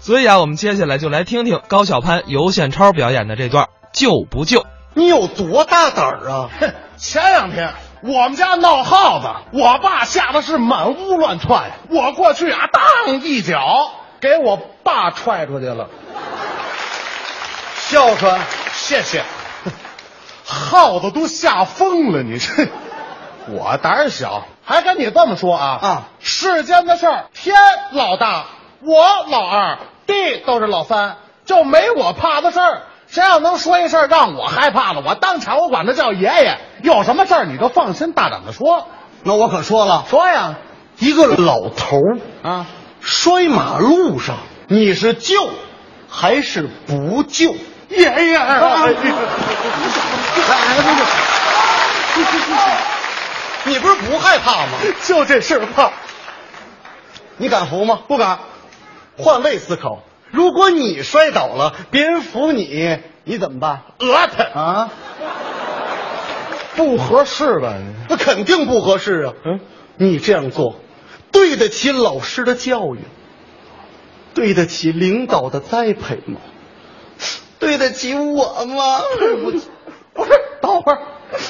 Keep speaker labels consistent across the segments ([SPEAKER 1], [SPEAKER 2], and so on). [SPEAKER 1] 所以啊，我们接下来就来听听高晓攀、尤宪超表演的这段《救不救》。
[SPEAKER 2] 你有多大胆儿啊？
[SPEAKER 3] 哼，前两天我们家闹耗子，我爸吓得是满屋乱窜，我过去啊，当一脚给我爸踹出去了。
[SPEAKER 2] 孝顺，
[SPEAKER 3] 谢谢，耗子都吓疯了，你这 我胆儿小，还跟你这么说啊
[SPEAKER 2] 啊
[SPEAKER 3] 世间的事儿，天老大，我老二，地都是老三，就没我怕的事儿。谁要能说一事儿让我害怕了，我当场我管他叫爷爷。有什么事儿你就放心大胆的说，
[SPEAKER 2] 那我可说了，
[SPEAKER 3] 说呀
[SPEAKER 2] 一个老头儿
[SPEAKER 3] 啊！
[SPEAKER 2] 摔马路上，你是救还是不救？
[SPEAKER 3] 爷爷，
[SPEAKER 2] 哎，不是， 你不是不害怕吗？
[SPEAKER 3] 就这事儿怕，
[SPEAKER 2] 你敢扶吗？
[SPEAKER 3] 不敢。
[SPEAKER 2] 换位思考，如果你摔倒了，别人扶你，你怎么办
[SPEAKER 3] 讹他
[SPEAKER 2] 啊？
[SPEAKER 3] 不合适吧？
[SPEAKER 2] 那肯定不合适啊！
[SPEAKER 3] 嗯，
[SPEAKER 2] 你这样做，对得起老师的教育，对得起领导的栽培吗？对得起我吗？
[SPEAKER 3] 不是，等会儿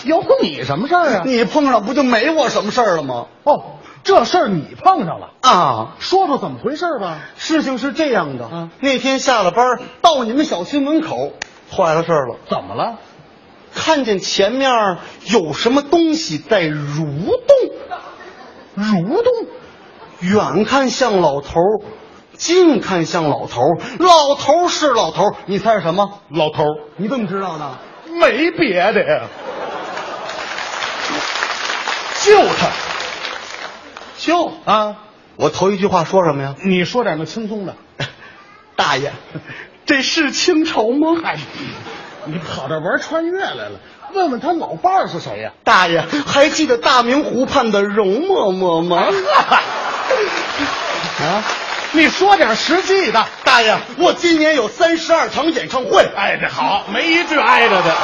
[SPEAKER 3] 有你什么事儿啊？
[SPEAKER 2] 你碰上不就没我什么事儿了吗？
[SPEAKER 3] 哦，这事儿你碰上了，
[SPEAKER 2] 啊，
[SPEAKER 3] 说说怎么回事儿吧。
[SPEAKER 2] 事情是这样的，
[SPEAKER 3] 啊
[SPEAKER 2] 那天下了班儿到你们小区门口，坏了事儿了，
[SPEAKER 3] 怎么了？
[SPEAKER 2] 看见前面有什么东西在蠕动。
[SPEAKER 3] 蠕动，
[SPEAKER 2] 远看像老头儿，近看像老头儿，老头儿是老头儿，你猜是什么？
[SPEAKER 3] 老头儿
[SPEAKER 2] 你怎么知道的？
[SPEAKER 3] 没别的呀，就
[SPEAKER 2] 就
[SPEAKER 3] 他啊！
[SPEAKER 2] 我头一句话说什么呀？
[SPEAKER 3] 你说点那轻松的。
[SPEAKER 2] 大爷，这是清朝吗？
[SPEAKER 3] 哎，你跑这玩穿越来了？问问他老伴儿是谁呀、
[SPEAKER 2] 大爷，还记得大明湖畔的容嬷嬷 吗？啊，
[SPEAKER 3] 你说点实际的。
[SPEAKER 2] 大爷，我今年有三十二场演唱会，
[SPEAKER 3] 哎，这好，没一句挨着的。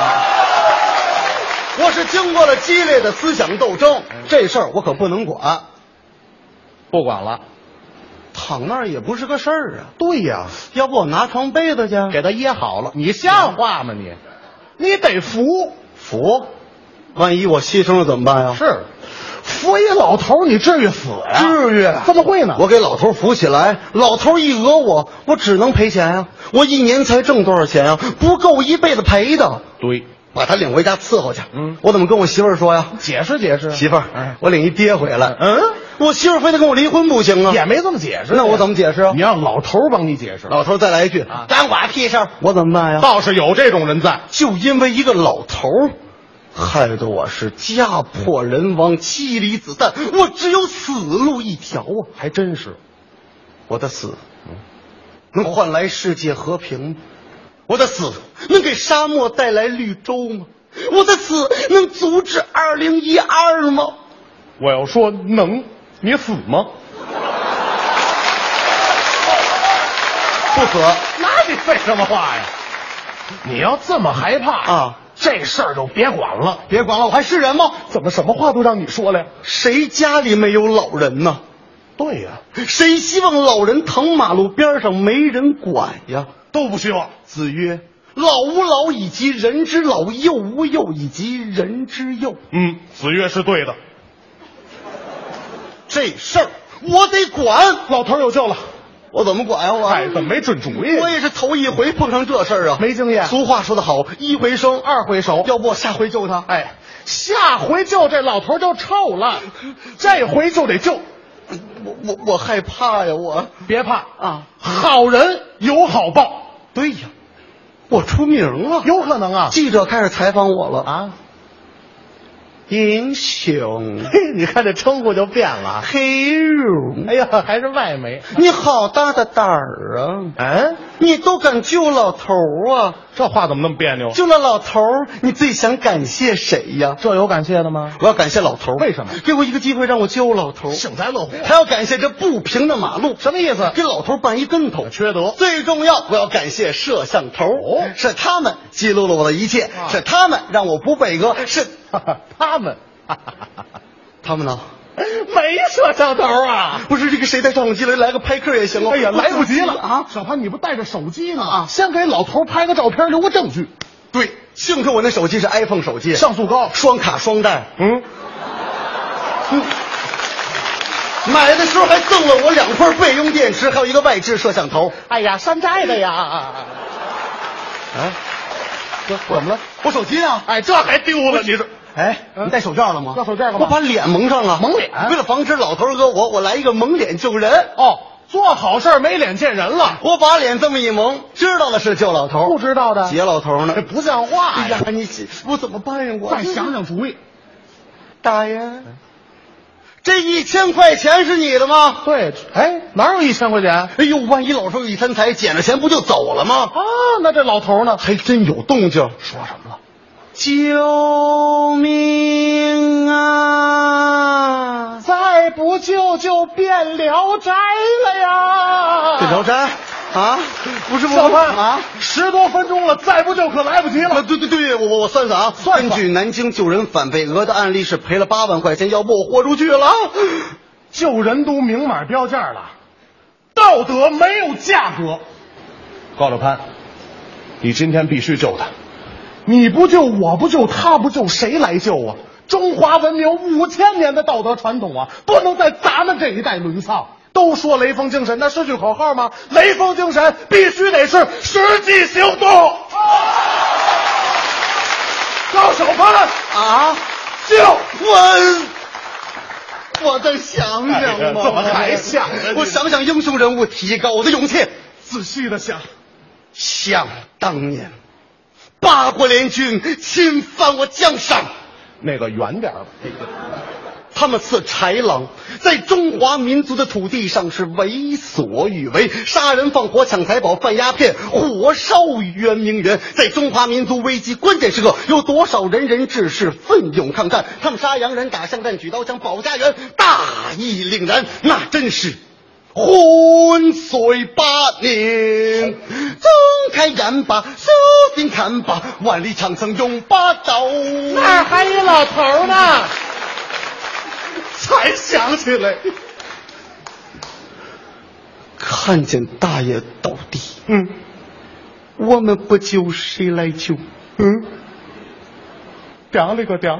[SPEAKER 2] 我是经过了激烈的思想斗争，这事儿我可不能管，
[SPEAKER 3] 不管了。
[SPEAKER 2] 躺那儿也不是个事儿啊。
[SPEAKER 3] 对呀、
[SPEAKER 2] 要不我拿床被子去？
[SPEAKER 3] 给他掖好了。你像话吗你？你得服。
[SPEAKER 2] 服，万一我牺牲了怎么办呀？
[SPEAKER 3] 是，服一老头儿，你至于死呀？
[SPEAKER 2] 至于
[SPEAKER 3] 怎么会呢？
[SPEAKER 2] 我给老头扶起来，老头一讹我，我只能赔钱呀、我一年才挣多少钱呀、不够一辈子赔的。
[SPEAKER 3] 对，
[SPEAKER 2] 把他领回家伺候去。
[SPEAKER 3] 嗯
[SPEAKER 2] 我怎么跟我媳妇儿说呀？
[SPEAKER 3] 解释解释。
[SPEAKER 2] 媳妇儿
[SPEAKER 3] 嗯，
[SPEAKER 2] 我领一爹回来。
[SPEAKER 3] 嗯，
[SPEAKER 2] 我媳妇儿非得跟我离婚不行啊。
[SPEAKER 3] 也没这么解释。
[SPEAKER 2] 那我怎么解释啊
[SPEAKER 3] 你让老头儿帮你解释。
[SPEAKER 2] 老头再来一句
[SPEAKER 3] 啊，
[SPEAKER 2] 干我屁事儿，我怎么办呀？
[SPEAKER 3] 倒是有这种人在。
[SPEAKER 2] 就因为一个老头儿，害得我是家破人亡、妻离子散，我只有死路一条啊！
[SPEAKER 3] 还真是，
[SPEAKER 2] 我的死，嗯能换来世界和平吗？我的死能给沙漠带来绿洲吗？我的死能阻止二零一二吗？
[SPEAKER 3] 我要说能，你死吗？
[SPEAKER 2] 不可，
[SPEAKER 3] 那你废什么话呀？你要这么害怕
[SPEAKER 2] 啊，
[SPEAKER 3] 这事儿就别管了。
[SPEAKER 2] 别管了，我还是人吗？
[SPEAKER 3] 怎么什么话都让你说了呀？
[SPEAKER 2] 谁家里没有老人呢？
[SPEAKER 3] 对呀、
[SPEAKER 2] 谁希望老人躺马路边上没人管呀？
[SPEAKER 3] 都不希望。
[SPEAKER 2] 子曰：“老吾老以及人之老，幼吾幼以及人之幼。
[SPEAKER 3] 嗯，子越是对的。”
[SPEAKER 2] 这事儿我得管，
[SPEAKER 3] 老头儿有救了。
[SPEAKER 2] 我怎么管啊呀、我
[SPEAKER 3] 哎，怎么没准主意？
[SPEAKER 2] 我也是头一回碰上这事儿啊，
[SPEAKER 3] 没经验
[SPEAKER 2] 俗话说得好，一回生，二回熟。要不我下回救他？
[SPEAKER 3] 哎，下回救这老头儿就臭了，这回就得救。
[SPEAKER 2] 我我我害怕呀，我
[SPEAKER 3] 别怕
[SPEAKER 2] 啊，
[SPEAKER 3] 好人有好报，
[SPEAKER 2] 对呀，我出名了，
[SPEAKER 3] 有可能啊
[SPEAKER 2] 记者开始采访我了，
[SPEAKER 3] 啊！
[SPEAKER 2] 英雄
[SPEAKER 3] 嘿，你看这称呼就变了啊。
[SPEAKER 2] 黑荣，
[SPEAKER 3] 哎呀，还是外媒。
[SPEAKER 2] 你好大的胆儿啊！
[SPEAKER 3] 嗯，
[SPEAKER 2] 你都敢救老头儿啊？
[SPEAKER 3] 这话怎么那么别扭？
[SPEAKER 2] 救了老头儿，你最想感谢谁呀？
[SPEAKER 3] 这有感谢的吗？
[SPEAKER 2] 我要感谢老头儿，
[SPEAKER 3] 为什么
[SPEAKER 2] 给我一个机会让我救老头儿？
[SPEAKER 3] 幸灾乐祸
[SPEAKER 2] 还要感谢这不平的马路，
[SPEAKER 3] 什么意思？
[SPEAKER 2] 给老头儿绊一跟头。
[SPEAKER 3] 缺德。
[SPEAKER 2] 最重要，我要感谢摄像头，
[SPEAKER 3] 哦
[SPEAKER 2] 是他们记录了我的一切，
[SPEAKER 3] 啊哎
[SPEAKER 2] 是他们让我不被讹，是
[SPEAKER 3] 他们，
[SPEAKER 2] 他们呢？
[SPEAKER 3] 没摄像头啊！
[SPEAKER 2] 不是这个谁带照相机来来个拍客也行啊！
[SPEAKER 3] 哎呀，来不及了
[SPEAKER 2] 啊！
[SPEAKER 3] 小潘，你不带着手机呢？啊，先给老头拍个照片，留个证据，
[SPEAKER 2] 对，幸亏我那手机是 iPhone 手机，
[SPEAKER 3] 像素高。
[SPEAKER 2] 双卡双待。
[SPEAKER 3] 嗯，
[SPEAKER 2] 买的时候还赠了我两块备用电池，还有一个外置摄像头。
[SPEAKER 3] 哎呀，山寨的呀！
[SPEAKER 2] 啊，
[SPEAKER 3] 哥，怎么了？
[SPEAKER 2] 我手机呢？
[SPEAKER 3] 哎，这还丢了？你这
[SPEAKER 2] 哎，
[SPEAKER 3] 嗯
[SPEAKER 2] 你戴手绢了吗？
[SPEAKER 3] 戴手绢干嘛
[SPEAKER 2] 我把脸蒙上了，
[SPEAKER 3] 蒙脸
[SPEAKER 2] 为了防止老头儿讹我，我来一个蒙脸救人。
[SPEAKER 3] 哦，做好事儿没脸见人了，
[SPEAKER 2] 我把脸这么一蒙，知道了是救老头儿，
[SPEAKER 3] 不知道的，
[SPEAKER 2] 劫老头儿呢
[SPEAKER 3] 这。不像话
[SPEAKER 2] 哎呀
[SPEAKER 3] 呀！，
[SPEAKER 2] 你这我怎么办呀？我
[SPEAKER 3] 再想想主意。
[SPEAKER 2] 大爷，这一千块钱是你的吗？
[SPEAKER 3] 对，哎，哪有一千块钱啊？
[SPEAKER 2] 哎呦，万一老头儿一贪财，捡了钱不就走了吗？
[SPEAKER 3] 那这老头呢？
[SPEAKER 2] 还真有动静。
[SPEAKER 3] 说什么了？
[SPEAKER 2] 救命啊！
[SPEAKER 3] 再不救就变《聊斋》了呀！
[SPEAKER 2] 这聊斋啊，不是不是
[SPEAKER 3] 小潘
[SPEAKER 2] 啊。
[SPEAKER 3] 十多分钟了，再不救可来不及
[SPEAKER 2] 啊，
[SPEAKER 3] 了。
[SPEAKER 2] 对对对，我我我算算啊，
[SPEAKER 3] 算算
[SPEAKER 2] 根据南京救人反被讹的案例是赔了八万块钱，要不我豁出去了。
[SPEAKER 3] 救人都明码标价了，道德没有价格。高老潘，你今天必须救他，你不救，我不救，他不救，谁来救啊？中华文明五千年的道德传统啊，不能在咱们这一代沦丧。都说雷锋精神，那是句口号吗？雷锋精神必须得是实际行动。高小潘，
[SPEAKER 2] 啊，
[SPEAKER 3] 救！
[SPEAKER 2] 我我再想
[SPEAKER 3] 哎呀
[SPEAKER 2] 想吧，
[SPEAKER 3] 怎么还想啊你
[SPEAKER 2] 我想想英雄人物，提高我的勇气。
[SPEAKER 3] 仔细的想，
[SPEAKER 2] 想当年，八国联军侵犯我江山。
[SPEAKER 3] 那个远点儿吧。
[SPEAKER 2] 他们刺豺狼，在中华民族的土地上是为所欲为，杀人放火、抢财宝、贩鸦片、火烧圆明园。在中华民族危机关键时刻，有多少仁人志士奋勇抗战？他们杀洋人、打巷战、举刀枪、保家园，大义凛然，那真是。昏随八年，睁开眼吧，肃静看吧，万里长城永不倒。
[SPEAKER 3] 那儿还一老头儿呢，才想起来。
[SPEAKER 2] 看见大爷倒地，
[SPEAKER 3] 嗯
[SPEAKER 2] 我们不救谁来救？
[SPEAKER 3] 嗯，顶了个顶，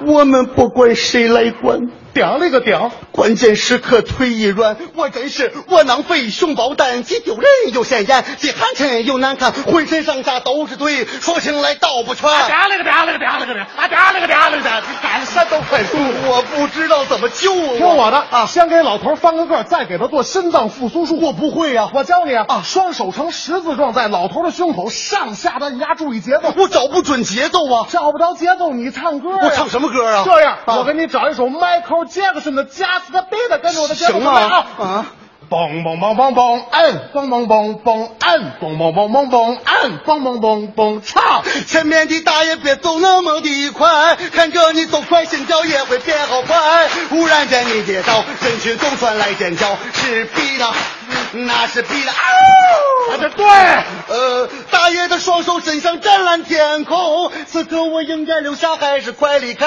[SPEAKER 2] 我们不管谁来管？
[SPEAKER 3] 顶了个顶，
[SPEAKER 2] 关键时刻腿一软，我真是窝囊废、熊抱蛋，既丢人又显眼，既寒碜又难看，浑身上下都是堆，说清来道不全。
[SPEAKER 3] 了个顶了个顶了个顶，啊顶了个顶了个顶，打的山都快输了。
[SPEAKER 2] 哎我不知道怎么救啊！
[SPEAKER 3] 听我的
[SPEAKER 2] 啊！
[SPEAKER 3] 先给老头儿翻个个儿，再给他做心脏复苏术。我不会呀、我教你啊
[SPEAKER 2] 啊
[SPEAKER 3] 双手呈十字状，在老头儿的胸口上下按压，注意节奏。
[SPEAKER 2] 我找不准节奏啊！
[SPEAKER 3] 找不着节奏，你唱歌、呀
[SPEAKER 2] 我唱什么歌啊
[SPEAKER 3] 这样，
[SPEAKER 2] 啊
[SPEAKER 3] 我给你找一首 Michael Jackson 的《Just the Beat》，跟着我的节奏
[SPEAKER 2] 行
[SPEAKER 3] 来
[SPEAKER 2] 啊
[SPEAKER 3] 啊！
[SPEAKER 2] 啊！
[SPEAKER 3] 嘣嘣嘣嘣嘣，按嘣嘣嘣嘣按嘣嘣嘣嘣嘣按嘣嘣嘣嘣唱。
[SPEAKER 2] 前面的大爷别走那么的快，看着你走快，心跳也会变好快。忽然间你跌倒，人群中传来尖叫，是逼的，那是逼的。啊
[SPEAKER 3] 啊，这对，
[SPEAKER 2] 呃，大爷的双手伸向湛蓝天空，此刻我应该留下还是快离开？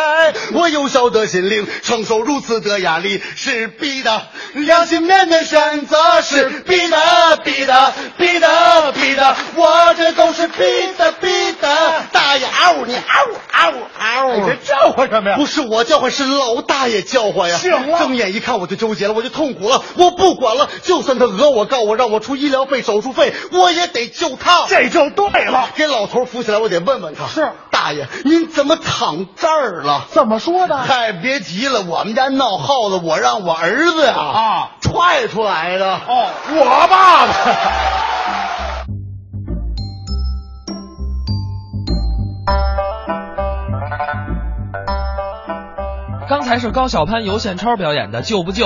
[SPEAKER 2] 我幼小的心灵承受如此的压力，是逼的，良心面的选择是逼的，逼的，逼的，逼的，我这都是逼的，逼的。大爷，嗷你嗷嗷嗷！
[SPEAKER 3] 你这叫唤什么呀？
[SPEAKER 2] 不是我叫唤，是老大爷叫唤呀！
[SPEAKER 3] 醒了
[SPEAKER 2] 睁眼一看我就纠结了，我就痛苦了，我不管了，就算他讹我、告我、让我出医疗费、手术费，我也得救他。
[SPEAKER 3] 这就对了。
[SPEAKER 2] 给老头扶起来，我得问问他。
[SPEAKER 3] 是
[SPEAKER 2] 大爷，您怎么躺这儿了？
[SPEAKER 3] 怎么说的？
[SPEAKER 2] 嗨，别急了，我们家闹耗子，我让我儿子呀
[SPEAKER 3] 啊
[SPEAKER 2] 踹出来的。
[SPEAKER 3] 哦，我爸爸。
[SPEAKER 1] 刚才是高晓攀、尤宪超表演的《救不救》。